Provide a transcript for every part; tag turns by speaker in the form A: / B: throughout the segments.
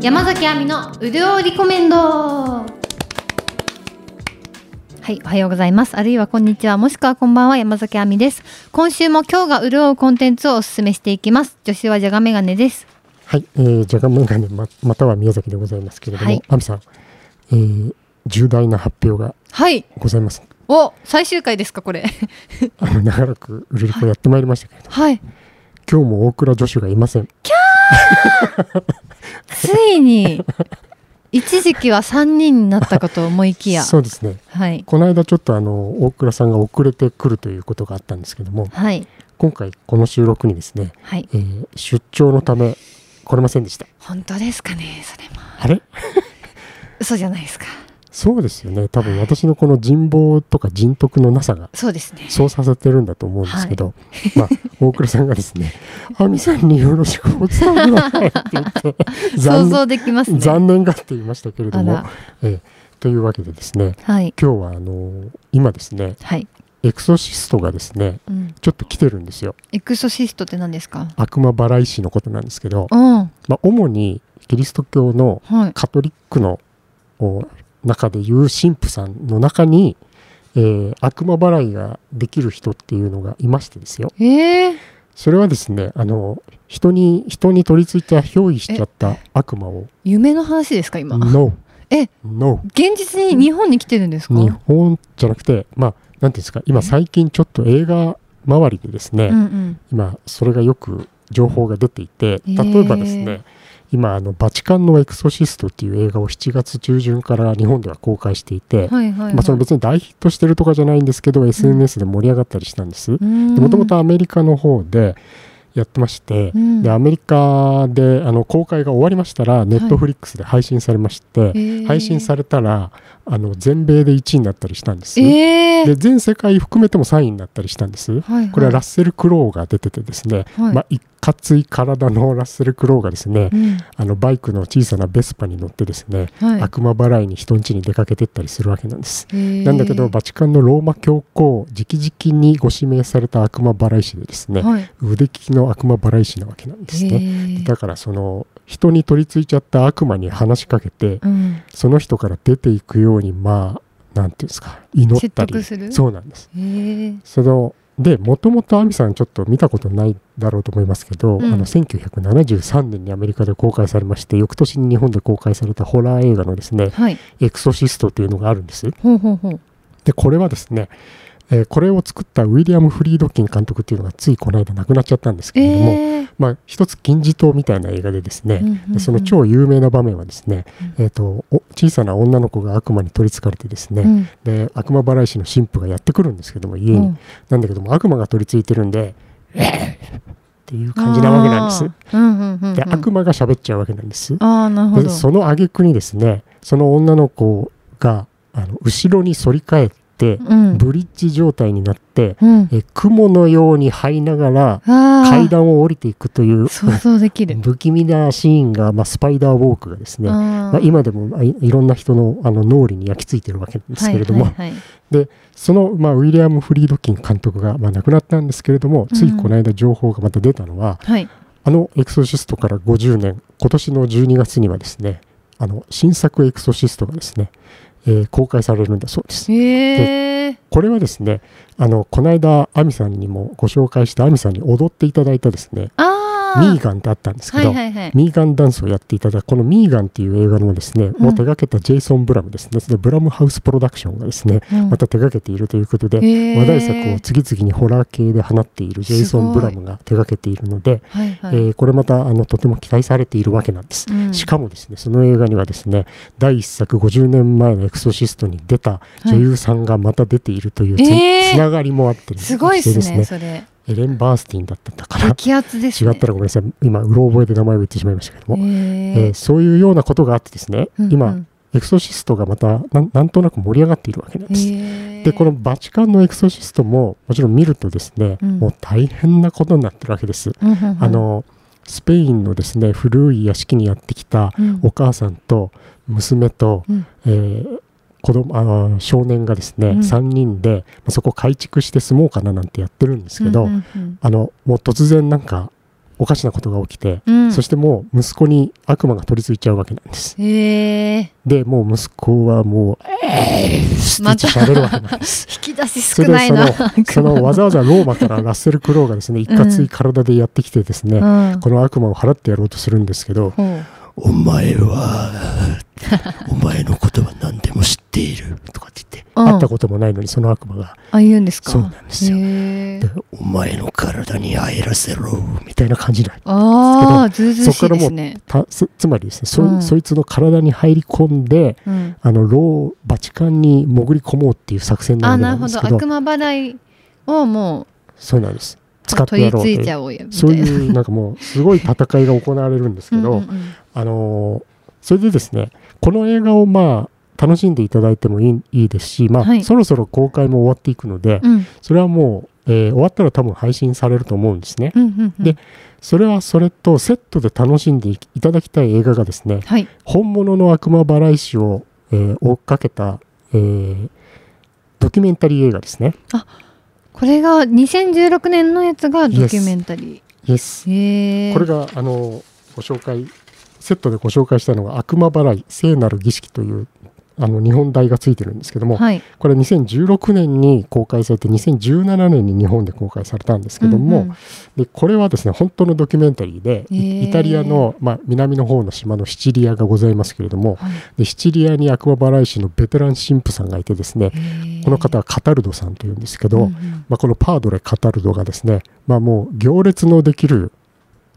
A: 山崎亜美のうるおうリコメンドはいおはようございますあるいはこんにちはもしくはこんばんは山崎亜美です今週も今日が潤うコンテンツをおすすめしていきます女子はじゃがメガネです
B: はい、えー、じゃがメガネままたは宮崎でございますけれども、
A: はい
B: 亜美さん、えー重大な発表が
A: はい
B: ございます。
A: お最終回ですかこれ
B: あの長らくウルリコやってまいりましたけれ ど、
A: はい
B: 今日も大倉女子がいません。
A: ついに一時期は三人になったかと思いきや
B: そうですね。
A: はい
B: この間ちょっとあの大倉さんが遅れてくるということがあったんですけども、
A: はい
B: 今回この収録にですね、
A: はい
B: えー出張のため来れませんでした。
A: 本当ですかねそれも
B: あれ？
A: 嘘じゃないですか
B: そうですよね。多分私のこの人望とか人徳のなさが
A: そうですね
B: そうさせてるんだと思うんですけど、まあ大倉さんがです ね、亜美さんによろしくお伝えくださいって言って、
A: 想
B: 残
A: 像
B: 念
A: できますね
B: 残念がって言いましたけれど
A: あ
B: も
A: ら、
B: えーというわけでですね、
A: はい
B: 今日はあの今ですね、
A: はい、
B: エクソシストがですね、
A: うん、
B: ちょっと来てるんですよ。
A: エクソシストって何ですか
B: 悪魔払い師のことなんですけど、
A: うんは
B: まあ主にキリスト教の
A: い
B: カトリックのお中でいう神父さんの中に、えー悪魔払いができる人っていうのがいましてですよ。
A: えー、
B: それはですね、あの人に人に取り付いた憑依しちゃった悪魔を
A: 夢の話ですか今
B: No
A: え
B: No
A: 現実に日本に来てるんですか
B: 日本じゃなくて、まあなんていうんですか、今
A: え
B: 最近ちょっと映画周りでですね、
A: うんうん
B: 今それがよく情報が出ていて、
A: えー
B: 例えばですね、今あのバチカンのエクソシストっていう映画を7月中旬から日本では公開していて、
A: はいはい、はい、
B: まあ、それ別に大ヒットしてるとかじゃないんですけど、SNS で盛り上がったりしたんです。でもともとアメリカの方でやってまして、
A: うん
B: でアメリカであの公開が終わりましたら、ネットフリックスで配信されまして、配信さ
A: れ
B: れたらあの全米で1位になったりしたんです。
A: えー、
B: で全世界含めても3位になったりしたんで
A: は
B: す。
A: いはい
B: これはラッセル・クロウが出ててですね、
A: はい
B: まあ、いかつい体のラッセル・クロウがですね、
A: うん
B: あのバイクの小さなベスパに乗ってですね、
A: はい
B: 悪魔払いに人ん家に出かけてったりするわけなんです。
A: えー
B: なんだけど、バチカンのローマ教皇、直々にご指名された悪魔払い師でですね、
A: はい
B: 腕利きの悪魔払い師なわけなんです
A: え
B: ね。
A: ー
B: だから、その、人に取り付いちゃった悪魔に話しかけて、
A: うん
B: その人から出ていくように、まあ、なんていうんですか、祈った
A: 説
B: り。
A: 得する
B: そうなんです。
A: えー
B: その、で、もともとアミさんちょっと見たことないだろうと思いますけど、
A: うん
B: あの、1973年にアメリカで公開されまして、翌年に日本で公開されたホラー映画のですね、
A: はい
B: エクソシストというのがあるんです。
A: ほうほうほう
B: で、これはですね、えーこれを作ったウィリアム・フリードキン監督っていうのがついこの間亡くなっちゃったんですけれども、
A: えー
B: まあ、一つ金字塔みたいな映画でですね、
A: うんうんうん
B: でその超有名な場面はですね、えー、とお小さな女の子が悪魔に取りつかれてですね、
A: うん
B: で悪魔払い師の神父がやってくるんですけども家に、
A: うん
B: なんだけども悪魔が取りついてるんで「っていう感じなわけなんです。
A: あーうんうんうんうん
B: で悪魔が喋っちゃうわけなんです。
A: ああなるほ
B: で
A: ど
B: その挙句にですねその女の子があの後ろに反り返っ
A: う
B: て、
A: ん
B: ブリッジ状態になって、
A: うん
B: え雲のように這いながら
A: あー
B: 階段を降りていくという
A: 想像できる
B: 不気味なシーンが、まあ、スパイダーウォークがですね、
A: あ
B: まあ、今でもまあいいろんな人のあの脳裏に焼き付いてるわけなんですけれども、
A: はいはいはい
B: でその、まあ、ウィリアム・フリードキン監督が、まあ、亡くなったんですけれどもついこの間情報がまた出たのは、
A: はい
B: あのエクソシストから50年今年の12月にはですねあの新作エクソシストがですね、えー公開されるんだそうです。
A: へえ
B: これはですねあのこの間亜美さんにもご紹介した亜美さんに踊っていただいたですね
A: ああ
B: ミーガンってあったんですけ
A: は
B: ど、
A: いはいはい
B: ミーガンダンスをやっていただくこのミーガンっていう映画のですね、
A: ん
B: を手掛けたジェイソン・ブラムですねそれでブラムハウスプロダクションがですね、
A: うん
B: また手掛けているということで、
A: へー
B: 話題作を次々にホラー系で放っているジェイソ
A: すご
B: ン・
A: い
B: ブラムが手掛けているので、
A: はいは
B: え
A: い
B: ーこれまたあのとても期待されているわけなんです、
A: うん
B: しかもですねその映画にはですね第一作50年前のエクソシストに出た女優さんがまた出ているというつ,、
A: えー
B: ながりもあってるん
A: すごいですね
B: そう
A: それ
B: エレン・バースティンだったんだから
A: 激アツです
B: 違
A: ね
B: ったらごめんなさい今うろ覚えで名前を言ってしまいましたけども、え
A: へ
B: ーそういうようなことがあってですね、
A: うんうん
B: 今エクソシストがまたなんなんとなく盛り上がっているわけなんです。
A: え
B: でこのバチカンのエクソシストももちろん見るとですね、
A: うん
B: もう大変なことになってるわけです。
A: うんうんうん
B: あのスペインのですね古い屋敷にやってきた
A: うん
B: お母さんと娘と、
A: うん
B: えー子供あー少年がですね、
A: うん
B: 3人で、まあそこ改築して住もうかななんてやってるんですけど、
A: うんうんうん
B: あのもう突然なんかおかしなことが起きて、
A: うん
B: そしてもう息子に悪魔が取り付いちゃうわけなんです。
A: へえ
B: で、もう息子はもう、えー
A: ま
B: って
A: た
B: 喋るわけなんです。
A: 引き出し少
B: それで
A: ない
B: そ
A: な
B: の そのわざわざローマからラッセル・クロウがですね、いかつい体でやってきてですね、
A: うん
B: この悪魔を払ってやろうとするんですけど、
A: ほう
B: お前は、お前のことは何でも知っているとかって言って、
A: うん
B: 会ったこともないのにその悪魔が、
A: あ言うんですか
B: そうなんですよ
A: へえ
B: でお前の体に入らせろみたいな感じなん
A: ああずうず
B: そうっ
A: し
B: か
A: い
B: ら
A: で
B: も
A: す
B: う
A: ね
B: たつつまりですねそ,、
A: うん
B: そいつの体に入り込んで
A: うん
B: あのローバチカンに潜り込もうっていう作戦な
A: あ
B: わけ
A: なる
B: なんで
A: ほ
B: す
A: ど
B: けど
A: 悪魔払いをも
B: そうなんです
A: う
B: 使って
A: 取
B: や
A: り
B: ろうと
A: 付
B: い
A: いうちゃおうやみた
B: そう
A: いな
B: いうなんかもうすごい戦いが行われるんですけど、
A: うんうんうん
B: あのーそれでですねこの映画をまあ楽しんでいただいてもいいいいですし、まあ
A: はい
B: そろそろ公開も終わっていくので、
A: うん
B: それはもう、えー終わったら多分配信されると思うんですね。
A: うんうんうん
B: でそれはそれとセットで楽しんでいただきたい映画がですね
A: はい
B: 本物の悪魔払い師を、えー追っかけた、えードキュメンタリー映画ですね。
A: これが2016年のやつがドキュメンタリ
B: Yes
A: ーへえ
B: これがあのご紹介セットでご紹介したのが「悪魔払い聖なる儀式」というあの日本題がついてるんですけども、
A: はい
B: これ2016年に公開されて2017年に日本で公開されたんですけども、
A: うんうん
B: でこれはですね本当のドキュメンタリーで、い
A: へー
B: イタリアの、まあ、南の方の島のシチリアがございますけれども
A: はい
B: でシチリアに悪魔払い師のベテラン神父さんがいてですね
A: へえ
B: この方はカタルドさんというんですけど、
A: うんうん
B: まあ、このパードレ・カタルドがですね、まあ、もう行列のできる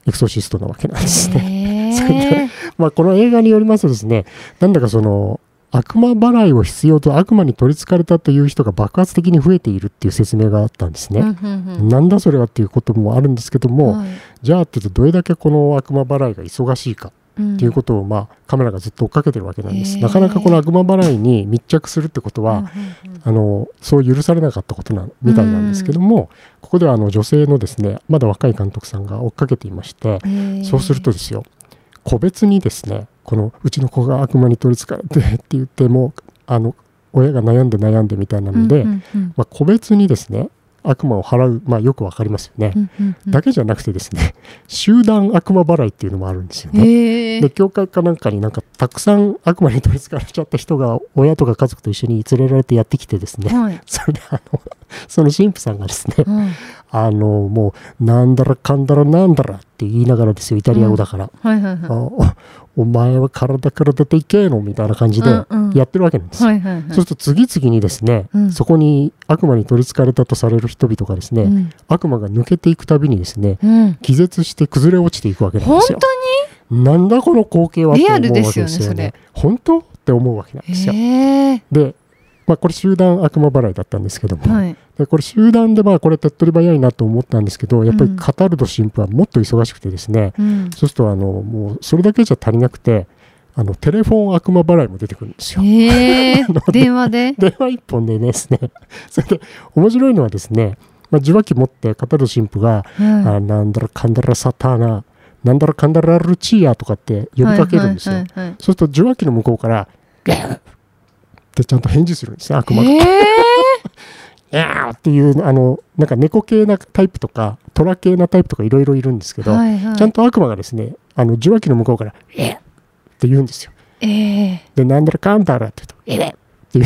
B: エクソシストなわけなんですね。
A: へえ
B: それでまあこの映画によりますとですねなんだかその悪魔払いを必要と悪魔に取りつかれたという人が爆発的に増えているっていう説明があったんです
A: うん
B: ね。
A: うんうん
B: なんだそれはっていうこともあるんですけども、
A: はい
B: じゃあって言うとどれだけこの悪魔払いが忙しいか
A: うん
B: っていうことを、まあ、カメラがずっと追っかけてるわけなんです。
A: へー
B: なかなかこの悪魔払いに密着するってことは、
A: うんうんうん
B: あのそう許されなかったことなみたいなんですけども、ここではあの女性のですねまだ若い監督さんが追っかけていまして、
A: へえ
B: そうするとですよ個別にですねこのうちの子が悪魔に取りつかれて って言ってもあの親が悩んで悩んでみたいなので、
A: うんうんうん
B: まあ、個別にですね悪魔を払う、まあ、よくわかりますよね、
A: うんうんうん
B: だけじゃなくてですね 集団悪魔払いっていうのもあるんですよね。
A: へえ
B: で教会かなんかになんかたくさん悪魔に取りつかれちゃった人が親とか家族と一緒に連れられてやってきてですね、
A: はい
B: それであのその神父さんがですね、
A: うん
B: あのもうなんだらかんだらなんだらって言いながらですよイタリア語だから、
A: はいはいは
B: あおお前は体から出ていけのみたいな感じで
A: うんうん
B: やってるわけなんです
A: い
B: よ、
A: はいはいはい
B: そうすると次々にですね、
A: うん
B: そこに悪魔に取りつかれたとされる人々がですね、
A: うん
B: 悪魔が抜けていくたびにですね
A: うん
B: 気絶して崩れ落ちていくわけなん
A: 本
B: です
A: 当
B: よ
A: に
B: なんだこの光景はって
A: リ
B: 思う
A: ア
B: わけ
A: ル
B: で
A: ですす
B: よ
A: よね
B: ね本当って思うわけなんですよ、
A: へえ
B: で、まあ、これ集団悪魔払いだったんですけども、
A: はい
B: でこれ集団でまあこれ手っ取り早いなと思ったんですけどやっぱりカタルド神父はもっと忙しくてですね、
A: うん
B: そうするとあのもうそれだけじゃ足りなくてあのテレフォン悪魔払いも出てくるんですよ。
A: へえ電話で
B: 電話一本でですね それで面白いのはですね、まあ、受話器持ってカタルド神父が「
A: うん
B: あなんだらかんだらサターナなんだらかんだらルチーヤ」とかって呼びかけるんですよ。
A: はいはいはいはい
B: そうすると受話器の向こうから 「ギャーってちゃんと返事するんですね悪魔が。
A: へえ
B: やーっていうあのなんか猫系なタイプとか虎系なタイプとかいろいろいるんですけど、
A: はいはい
B: ちゃんと悪魔がですねあの受話器の向こうから「えっ!」って言うんですよ。
A: え
B: でなんだらかんだらって言うと「えっ!」っていう、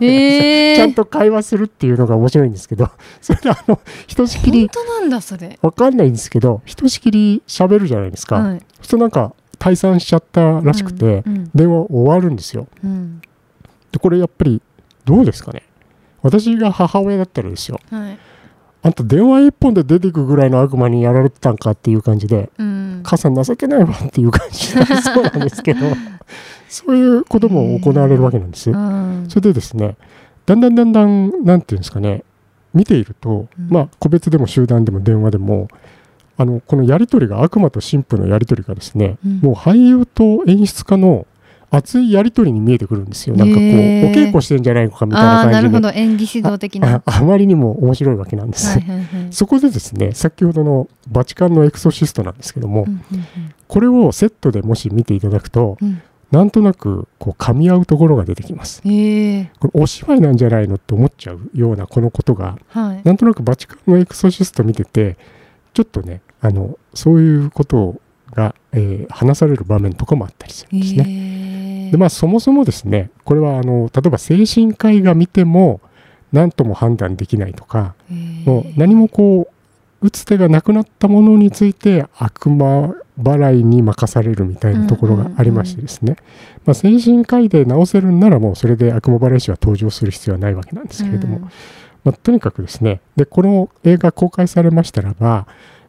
A: えええ
B: ちゃんと会話するっていうのが面白いんで すけどそれであのひとしき
A: 本
B: り
A: 当なんだそれ
B: わかんないんですけどひとしきり喋るじゃないですか、
A: はい
B: そしたらなんか退散しちゃったらしくて、
A: うんうん
B: 電話終わるんですよ。
A: うん
B: でこれやっぱりどうですかね私が母親だったらですよ
A: はい
B: あんた電話一本で出てくぐらいの悪魔にやられてたんかっていう感じで、
A: うん
B: 母さん情けないわっていう感じになりそうなんです けど、そういうことも行われるわけなんです。
A: うん
B: それでですね、だんだんだんだん、なんていうんですかね、見ていると、
A: うん
B: まあ、個別でも集団でも電話でも、あの、このやりとりが、悪魔と神父のやりとりがですね、
A: うん
B: もう俳優と演出家の熱いやりとりに見えてくるんですよ。なんかこう、お
A: へー
B: 稽古してんじゃないのかみたいな
A: ああー
B: 感じ
A: な
B: で
A: るほど演技指導的な
B: ああまりにも面白いわけなんです。
A: はいはいはい
B: そこでですね、先ほどのバチカンのエクソシストなんですけども、
A: うんうん
B: これをセットでもし見ていただくと、
A: うん
B: なんとなくこう噛み合うところが出てきます。
A: うんええ
B: これお芝居なんじゃないのって思っちゃうようなこのことが、
A: はい
B: なんとなくバチカンのエクソシスト見てて、ちょっとね、あのそういうことが、えー話される場面とかもあったりするんですね。
A: ね
B: でまあそもそもですねこれはあの例えば精神科医が見ても何とも判断できないとかもう何もこう打つ手がなくなったものについて悪魔払いに任されるみたいなところがありましてですね、まあ、精神科医で治せるんならもうそれで悪魔払い師は登場する必要はないわけなんですけれども、まあ、とにかくですねでこの映画公開されましたらば、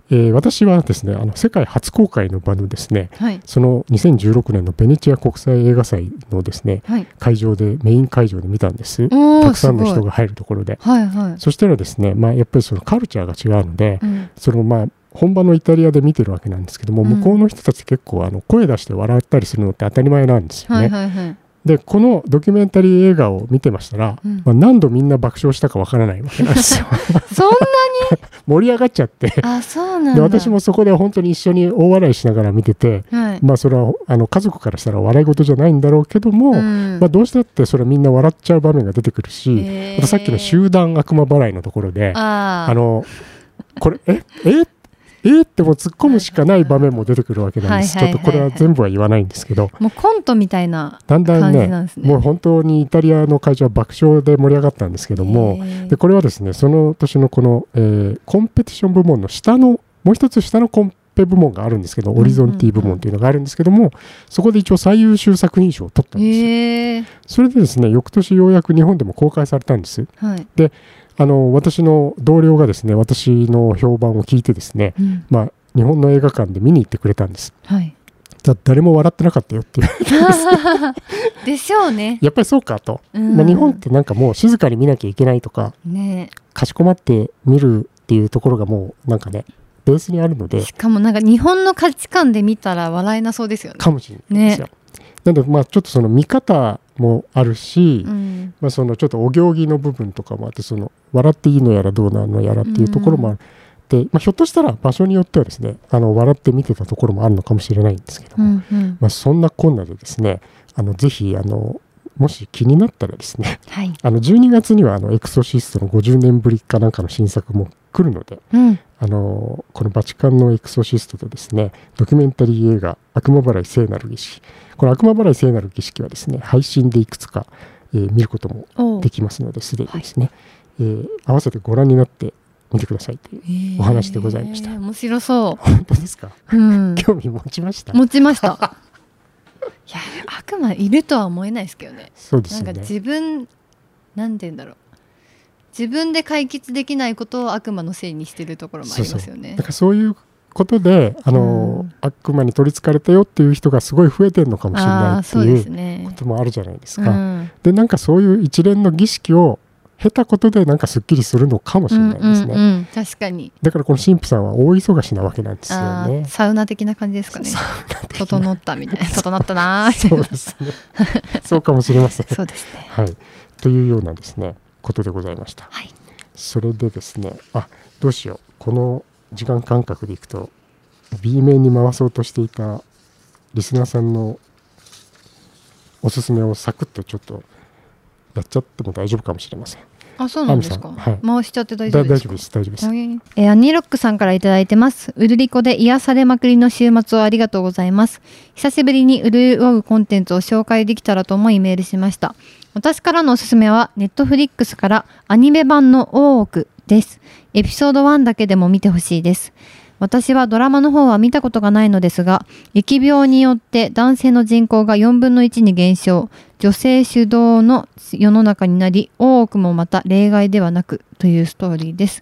B: えー私はですねあの世界初公開の場のですね
A: はい
B: その2016年のベネチア国際映画祭のですね
A: はい
B: 会場でメイン会場で見たんです
A: おー
B: たくさんの
A: すごい
B: 人が入るところで
A: はいはい
B: そしたらですね、まあ、やっぱりそのカルチャーが違うので、
A: うん
B: そのまあ本場のイタリアで見てるわけなんですけども、
A: うん
B: 向こうの人たち結構あの声出して笑ったりするのって当たり前なんですよ
A: は
B: ね。
A: いはいはい
B: でこのドキュメンタリー映画を見てましたら、
A: うん
B: まあ、何度みんな爆笑したかわからないわけなんですよ。
A: そん
B: 盛り上がっち ゃって
A: なあそうなん
B: で
A: だ
B: 私もそこで本当に一緒に大笑いしながら見てて、
A: はい
B: まあ、それはあの家族からしたら笑い事じゃないんだろうけども、
A: うん
B: まあ、どうしたってそれはみんな笑っちゃう場面が出てくるし、
A: へー
B: またさっきの集団悪魔払いのところで。
A: あ
B: あ
A: の
B: の、これ、え、え、えってもう突っ込むしかない場面も出てくるわけなんです。
A: は
B: ち
A: いは
B: ょっ
A: い
B: と
A: はい
B: これは全部は言わないんですけど、
A: もうコントみたいな
B: だんだん
A: 感じ
B: ね、
A: なんですね
B: もう本当にイタリアの会場は爆笑で盛り上がったんですけども、
A: へー
B: で、これはですね、その年のこの、えーコンペティション部門の下の、もう一つ下のコンペ部門があるんですけど、オリゾンティ部門というのがあるんですけども、そこで一応最優秀作品賞を取ったんですよ。
A: へえ
B: それでですね、翌年ようやく日本でも公開されたんです。
A: はい
B: あの私の同僚がですね私の評判を聞いてですね、
A: うん
B: まあ、日本の映画館で見に行ってくれたんです
A: はい
B: だ誰も笑ってなかったよっていう
A: でしょうね
B: やっぱりそうかと、
A: うん
B: まあ、日本ってなんかもう静かに見なきゃいけないとか
A: ね
B: かしこまって見るっていうところがもうなんかねベースにあるので
A: しかもなんか日本の価値観で見たら笑えなそうですよね
B: かもしれないですよ、なのでまあちょっとその見方もあるし、
A: うん
B: まあ、そのちょっとお行儀の部分とかもあってその笑っていいのやらどうなのやらっていうところもある、でまあ、ひょっとしたら場所によってはですねあの笑って見てたところもあるのかもしれないんですけど
A: う
B: も、
A: んうん
B: まあ、そんなこんなでですねあのぜひあのもし気になったらですね
A: はい
B: あの12月にはあのエクソシストの50年ぶりかなんかの新作も来るので
A: うん
B: あのこのバチカンのエクソシストとですねドキュメンタリー映画「悪魔払い聖なる儀式」この「悪魔払い聖なる儀式」はですね配信でいくつか、えー見ることも
A: おう
B: できますので、すでにですね、えー合わせてご覧になってみてくださいとい う。お話でございました
A: へー面白そ
B: 本当ですか
A: う、うん、
B: 興味持ちました
A: 持ちました いや悪魔いるとは思えないですけどね
B: そうで
A: な
B: す
A: んか
B: よね。
A: 自分なんて言うんだろう自分で解決できないことを悪魔のせいにしてるところもありますよね
B: だからそういうことで、あのー
A: うん
B: 悪魔に取りつかれたよっていう人がすごい増えてるのかもしれ
A: あ
B: な
A: あ
B: いって
A: そうで
B: い
A: す
B: う
A: ね
B: こともあるじゃないです
A: う
B: か。
A: ん
B: で、なんかそういう一連の儀式を経たことで、なんかすっきりするのかもし
A: う
B: れ
A: ん
B: ないうですね。
A: んうん確かに
B: だからこの神父さんは大忙しなわけなんですよ
A: あー
B: ね。
A: サウナ的な感じですかね
B: サ
A: 整ったみたいな 整ったなーみた
B: そ
A: いうな
B: ですね。そうかもしれません。
A: そうですね
B: はい、というようなですねことでございました。
A: はい
B: それでですねあどうしようこの時間間隔でいくと B 面に回そうとしていたリスナーさんのおすすめをサクッとちょっとやっちゃっても大丈夫かもしれません。
A: あそうなんですか、
B: アミさんはい
A: 回しちゃって大丈
B: だ
A: 夫ですか
B: です大丈夫です。
A: えーアンニーロックさんからいただいてます。ウルリコで癒されまくりの週末をありがとうございます。久しぶりに潤うコンテンツを紹介できたらと思いメールしました。私からのおすすめは、ネットフリックスからアニメ版の大奥です。エピソード1だけでも見てほしいです。私はドラマの方は見たことがないのですが、疫病によって男性の人口が4分の1に減少、女性主導の世の中になり、大奥もまた例外ではなくというストーリーです。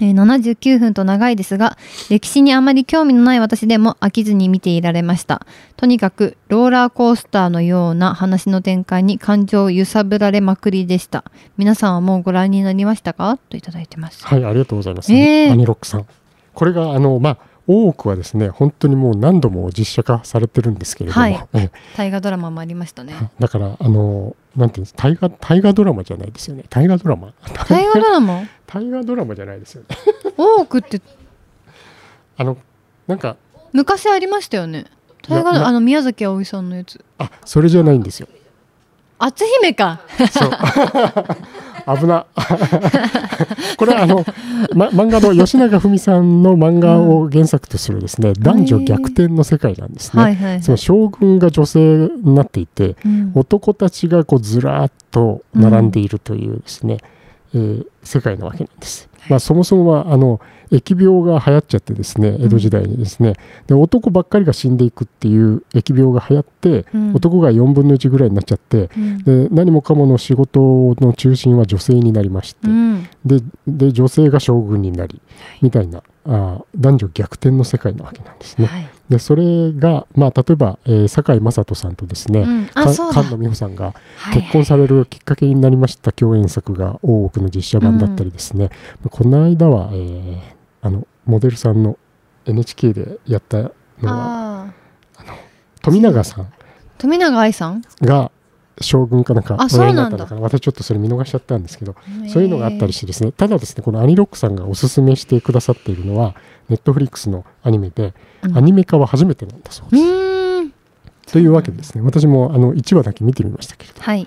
A: えー79分と長いですが歴史にあまり興味のない私でも飽きずに見ていられましたとにかくローラーコースターのような話の展開に感情を揺さぶられまくりでした皆さんはもうご覧になりましたかといただいてます
B: はいありがとうございます。
A: えー
B: アニロックさんこれがあのまあ多くはですね本当にもう何度も実写化されてるんですけれども、
A: はい
B: え
A: 大河ドラマもありましたね
B: えだからあのなんていうんです大河大河ドラマじゃないですよね大河ドラマ
A: 大河ドラマ
B: 大河ドラマじゃないですよね。
A: 多くって
B: あの、なんか、
A: 昔ありましたよね大河ド
B: いやな
A: あの宮崎あおいさんのやつ
B: あ、それじゃないんですよ。
A: 篤姫か
B: そう。危な。 これはあの、ま、漫画の吉永文さんの漫画を原作とするですね、男女逆転の世界なんですね。
A: はいはいはい
B: その将軍が女性になっていて、
A: うん
B: 男たちがこうずらーっと並んでいるというですね、えー世界なわけなんです。まあ、そもそもはあの疫病が流行っちゃってですね江戸時代にですね、で男ばっかりが死んでいくっていう疫病が流行って、
A: うん
B: 男が4分の1ぐらいになっちゃって、
A: うん
B: で何もかもの仕事の中心は女性になりまして、
A: うん
B: でで女性が将軍になりみたいなあー男女逆転の世界なわけなんですね。
A: はい
B: でそれが、まあ、例えば、えー堺雅人さんとですね、
A: うんあ
B: か
A: そうだ
B: 菅野美穂さんが
A: はい
B: 結婚されるきっかけになりました共演作が大奥の実写版だったりですね、この間は、えーあのモデルさんの NHK でやったのは
A: あ
B: 富永さん
A: ー富永愛さん
B: が将軍かなんか
A: あ
B: おやりになったの
A: そ
B: かな私ちょっとそれ見逃しちゃったんですけどそういうのがあったりしてですね、ただですね、このアニロックさんがおすすめしてくださっているのは、ネットフリックスのアニメで、
A: うん
B: アニメ化は初めてなんだそう
A: う
B: です。
A: ーん
B: というわけでですね、私もあの1話だけ見てみましたけれど、
A: はい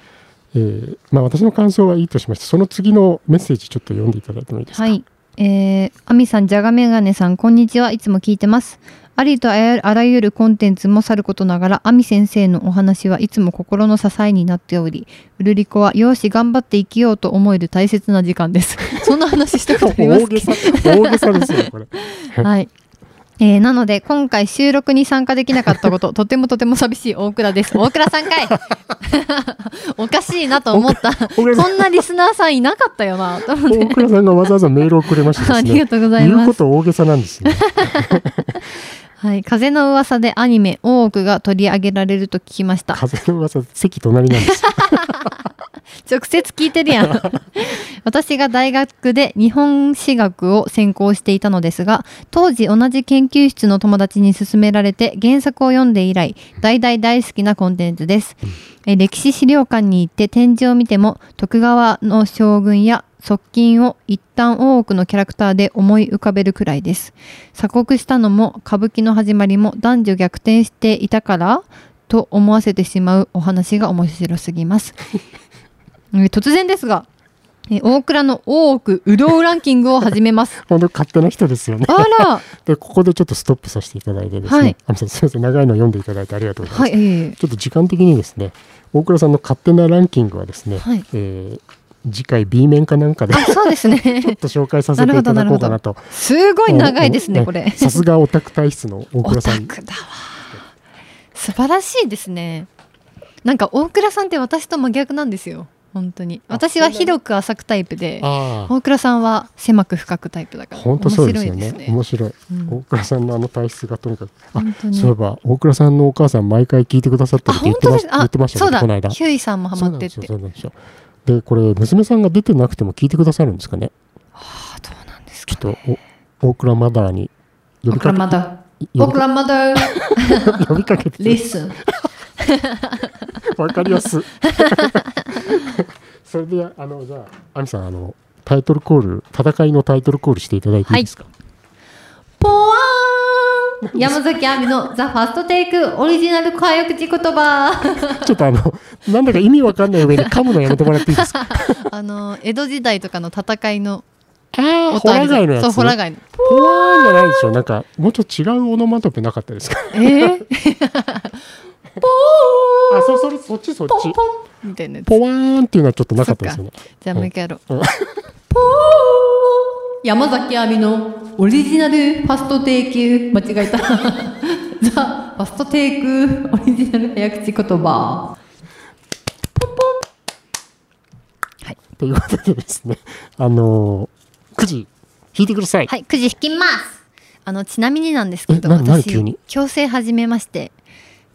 B: えーまあ、私の感想はいいとしまして、その次のメッセージ、ちょっと読んでいただいてもいいですか。
A: はい。えー、アミさん、じゃがメガネさん、こんにちは。いつも聞いてます。ありとあらあらゆるコンテンツもさることながら、アミ先生のお話はいつも心の支えになっており、うるりこは、よーし、頑張って生きようと思える大切な時間 です。そんな話したことあります
B: 大 げさ、大げさですよ、これ。
A: はい。えー、なので、今回収録に参加できなかった こと、とてもとても寂しい大倉です。大倉さんかい おかしいなと思った。
B: 大倉さ
A: そんなリスナーさんいなかったよ な、と思っ
B: ん、
A: て。
B: 大倉さんがわざわざメールをくれまして
A: あ
B: ですね。
A: りがとうございます
B: 言うこと大げさなんですね。
A: はい、風の噂でアニメ「大奥」が取り上げられると聞きました
B: 風の噂、席隣なんですよ。
A: 直接聞いてるやん私が大学で日本史学を専攻していたのですが当時同じ研究室の友達に勧められて原作を読んで以来大大大好きなコンテンツです、え歴史資料館に行って展示を見ても徳川の将軍や側近を一旦大奥のキャラクターで思い浮かべるくらいです鎖国したのも歌舞伎の始まりも男女逆転していたからと思わせてしまうお話が面白すぎますえー突然ですが、えー大倉の大奥うどうランキングを始め ます。
B: 本当勝手な人ですよね。
A: あら、
B: で、ここでちょっとストップさせていただいてですね。
A: はい
B: あのすみません、長いの読んでいただいてありがとうございます。
A: はい、えー
B: ちょっと時間的にですね、大倉さんの勝手なランキングはですね、
A: はい
B: えー次回 B 面かなんかでち
A: あ、そうです
B: ょ っ
A: ね。
B: と紹介させていただこうかなと。
A: すごい長いですね、これ。
B: さすがオタク体質の大
A: オ
B: 倉
A: タ
B: さん。
A: クだわ。素晴らしいですね。なんか大倉さんって私と真逆なんですよ。本当に。
B: あ
A: 私は広く浅くタイプで、
B: ああ、
A: 大倉さんは狭く深くタイプだから。
B: 本当そうですよね。
A: 面白いですね。
B: 面白い。
A: うん
B: 大倉さんのあの体質がとにかく。あ
A: 本当に
B: そういえば、大倉さんのお母さん毎回聞いてくださって
A: あ、
B: るって言
A: 本
B: って
A: 当です。
B: まし言
A: あ
B: ってま、した
A: そ
B: ね
A: うだ。
B: この間。
A: ヒューイさんもハ
B: そ
A: マ
B: うな
A: っ
B: ん
A: て
B: で
A: っ
B: すよ。
A: て。
B: そうなんですよ。で、これ、娘さんが出てなくても聞いてくださるんですかね。
A: あ、どうなんです
B: ちょ
A: か
B: っ。とお大倉マダーに呼びかけ
A: だ。
B: 呼びか
A: mother,
B: 呼びかけて
A: listen.
B: わかりやすい それであのじゃあ亜美さんあのタイトルコール戦いのタイトルコールしていただいていいですか、
A: ポワーン山崎亜美のザ・ファストテイクオリジナル早口言葉
B: ちょっとあのなんだか意味わかんない上に噛むのやめてもらっていいですか
A: あの、江戸時代とかの戦いの
B: ああ
A: 音
B: ホ
A: あ
B: ラ
A: るじゃん
B: ガイのやつ
A: そう、ホラガイの。
B: ホラガイじゃないでしょなんかもうちょっと違うオノマトペなかったで すか
A: えー、ポ
B: あそうそれそっちそっ
A: ーンポ
B: ち
A: ンポンみたいなやつ。
B: ポワーンっていうのはちょっとなかったですよね
A: じゃあもう一回やろう。
B: うん
A: ポー山崎亜美のオリジナルファストテイク間違え たザ・ファストテイクオリジナル早口言葉
B: ということでですねあのー、9時聞いてください、
A: はいくじ引きますあのちなみになんですけど
B: えな何
A: 私
B: 急に
A: 矯正始めまして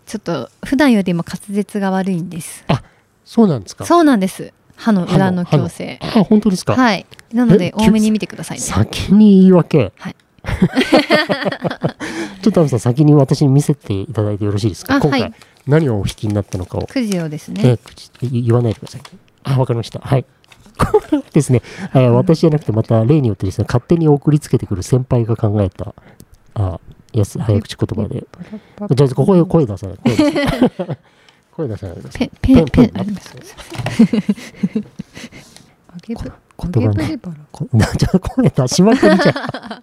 A: ちょっと普段よりも滑舌が悪いんです
B: あそうなんですか
A: そうなんです歯の
B: 歯
A: 裏の矯正
B: 歯のあ本当ですか、
A: はいなので
B: え
A: 多めに見てくださいね
B: 先に言い訳
A: はい
B: ちょっと亜美さん先に私に見せていただいてよろしいですか
A: あ
B: 今回、
A: はい
B: 何をお引きになったのかを、
A: くじをです
B: え
A: ね
B: 口言わないでくださいあわかりましたはいこれはですねあ私じゃなくてまた例によってですね勝手に送りつけてくる先輩が考えたあやす早口言葉でじゃあここへ声出 さない声出さない声出さないでください
A: ペンペンペンあり
B: 待っ
A: ま
B: て
A: すゲブゲ
B: 言葉
A: ブ
B: が
A: レバラ
B: こなんか声出しまくり じゃんフ
A: あ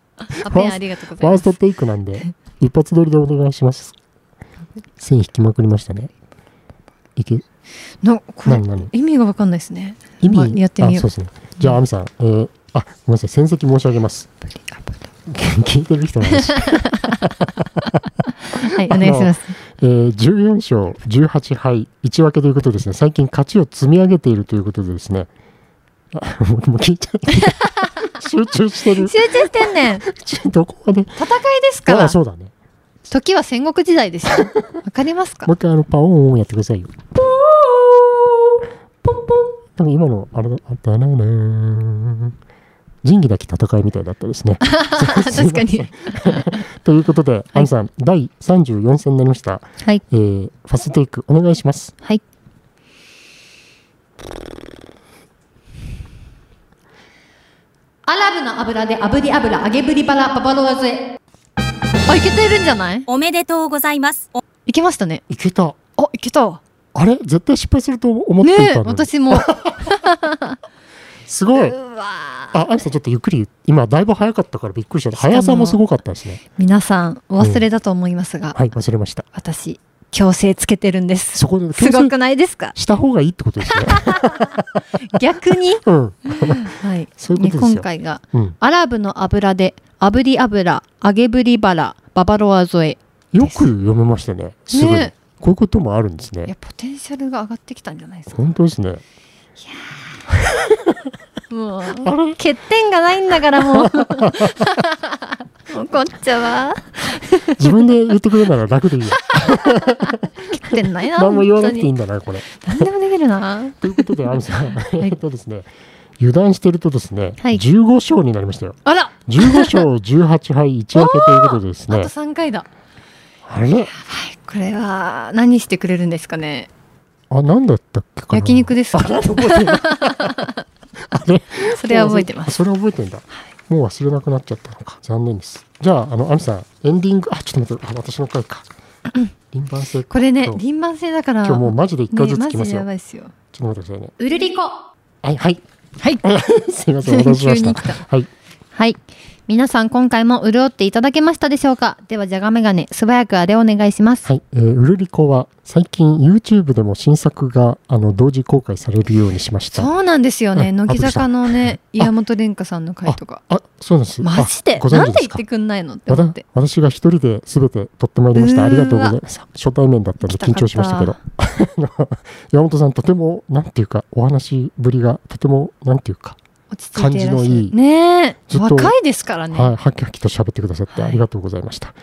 A: ペンありがとうござい
B: ァ
A: ま
B: ー
A: す
B: ストテイクなんで一発撮りでお願いします線引きまくりましたねいけ
A: のこれ
B: 何何
A: 意味がわかんないですね
B: 意味、
A: まあやってみよう
B: あそうですねじゃあ亜美さん、えーあごめんなさい戦績申し上げます 聞いてる人なんです、
A: はいお願いします
B: えー、14勝18敗1分けということですね最近勝ちを積み上げているということでですねあもうもう聞いちゃった集中してる
A: 集中してんねん
B: ちょどこまで
A: 戦いですか
B: あ
A: ら
B: そうだね
A: 時は戦国時代ですよ わかりますか
B: もう一回あのパオンオンやってくださいよ多分今のあれだあったなな仁義なき戦いみたいだったですね
A: 確かに
B: ということで、アンさん、第34戦になりました。
A: はい
B: えー、ファストテイク、お願いします。
A: はいアラブの油で炙り油揚げぶりバラババロアゼあいけてるんじゃない
C: おめでとうございます。お
A: いけましたね
B: いけた。
A: あいけたわ
B: あれ絶対失敗すると思ってい
A: ねえ
B: たのに、
A: 私 もう
B: すごい。
A: わー
B: あ、アンさん、ちょっとゆっくり、今、だいぶ早かったからびっくりした。速さもすごかったですね。
A: 皆さんお忘れだと思いますが、
B: はい、忘れました。
A: 私矯正つけてるんです
B: そこです強
A: ごく
B: 制
A: ないです か
B: した方がいいってこ とですね。
A: 逆に
B: うん。
A: はい
B: そういうこと
A: ね
B: ですよ
A: 今回が
B: うん。
A: アラブの油で炙り油揚げぶりバラババロア添え
B: よく読めましたね。すごい。
A: ね
B: こういうこともあるんです
A: いや
B: ね。
A: ポテンシャルが上がってきたんじゃないですか。
B: 本当ですね。
A: もう
B: あれ
A: 欠点がないんだから もう。怒っちゃわ。
B: 自分で言ってくれるなら 楽でいいよ。
A: 欠点ないな。
B: 何も言わなくていい
A: 本
B: んだな、これ。
A: 当に何でもできるな。
B: ということで、アミさん、
A: い
B: えっとですね、油断してるとですね、
A: はい
B: 15勝になりましたよ。
A: あら、
B: 15勝18敗1分けということでです
A: あと
B: ね、
A: 三回だ。
B: あれ
A: はい、これは何してくれるんですかね。
B: あ、なんだったっけかな
A: 焼肉です
B: あ
A: か。
B: 覚えてないあれ
A: それは覚えてま
B: あ
A: す。
B: それ覚えてんだ。もう忘れなくなっちゃったのか。残念です。じゃあ、あの、アミさん、エンディング、あ、ちょっと待って、あ私の回か。輪番制。
A: これね
B: 今、日
A: 輪番制だから。
B: 今日もうマジで1回ずつ
A: ね
B: 聞きま
A: マ
B: す
A: ジで
B: よ。
A: やばいですよ。
B: ちょっと待ってくださいね。
A: うるりこ。
B: はい、はい。
A: はい。
B: すいません、お待たせしまし
A: 急に
B: た。
A: 来た
B: はい。
A: はい。皆さん今回も潤っていただけましたでしょうかではじゃがメガネ素早くあれお願いします。
B: はい、えー、ウルリコは最近 YouTube でも新作があの同時公開されるようにしました。
A: そうなんですよね。
B: あ
A: 乃木坂のね、
B: びっくりした
A: 岩本蓮香さんの回とか。
B: あ、そうなんです。
A: マジで
B: あご
A: な
B: 存
A: ん
B: 知
A: で言
B: です
A: っ
B: か
A: て。くんないのって
B: わ
A: 思ったて。
B: 私が一人で全て取ってまいりまし
A: うー
B: た。
A: わ
B: ありがとうございます。初対面だったんで緊張しましたけど。 山本さんとてもなんていうかお話ぶりがとてもなんていうか、
A: 落ち着いていらっしゃ
B: 感じのい
A: る。
B: い
A: ねえ。
B: ずっと
A: 若いですからね。
B: はい、はきはきと喋ってくださって
A: はい
B: ありがとうございました。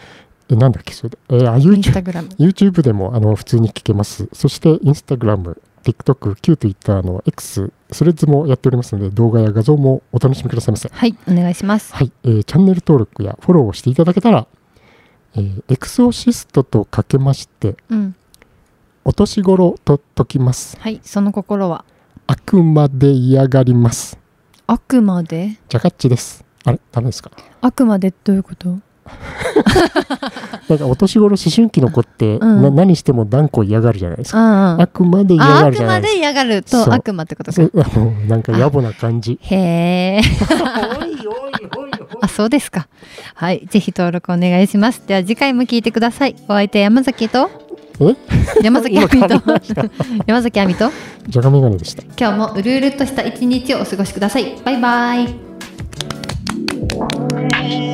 B: え、なんだっけそれで、えー、あ
A: インス
B: YouTube
A: タグラム。
B: YouTube でもあの普通に聞けます。そして Instagram、TikTok、Q といったあの X、スレッズもやっておりますので動画や画像もお楽しみくださいませ。
A: はい、お願いします。
B: はい、えーチャンネル登録やフォローをしていただけたら、えーエクソシストとかけまして、
A: うん。
B: お年頃と解きます。
A: はい、その心は。
B: あくまで嫌がります。
A: あくまで
B: ジャカッチです。あれダメですか
A: あくまでどういうこと
B: なんかお年頃思春期の子って、
A: ん
B: な何しても断固嫌がるじゃないで
A: う
B: すか。
A: んうん。
B: あ
A: あ
B: くまで嫌が
A: あ
B: るじ
A: く
B: ゃな
A: ま
B: いで
A: で
B: すか。
A: 嫌がる
B: そう
A: と悪魔ってこと
B: そ
A: か
B: う。 あのなんか野暮な感じ。
A: へえ。あ、そうですか。はい、ぜひ登録お願いします。では次回も聞いてください。お相手山崎 と
B: え
A: 山崎亜美
B: 今噛
A: と
B: みまし
A: 山崎亜美と
B: ジャガメガネでした。
A: 今日もうるうるっとした一日をお過ごしください。バイバイ。
D: 「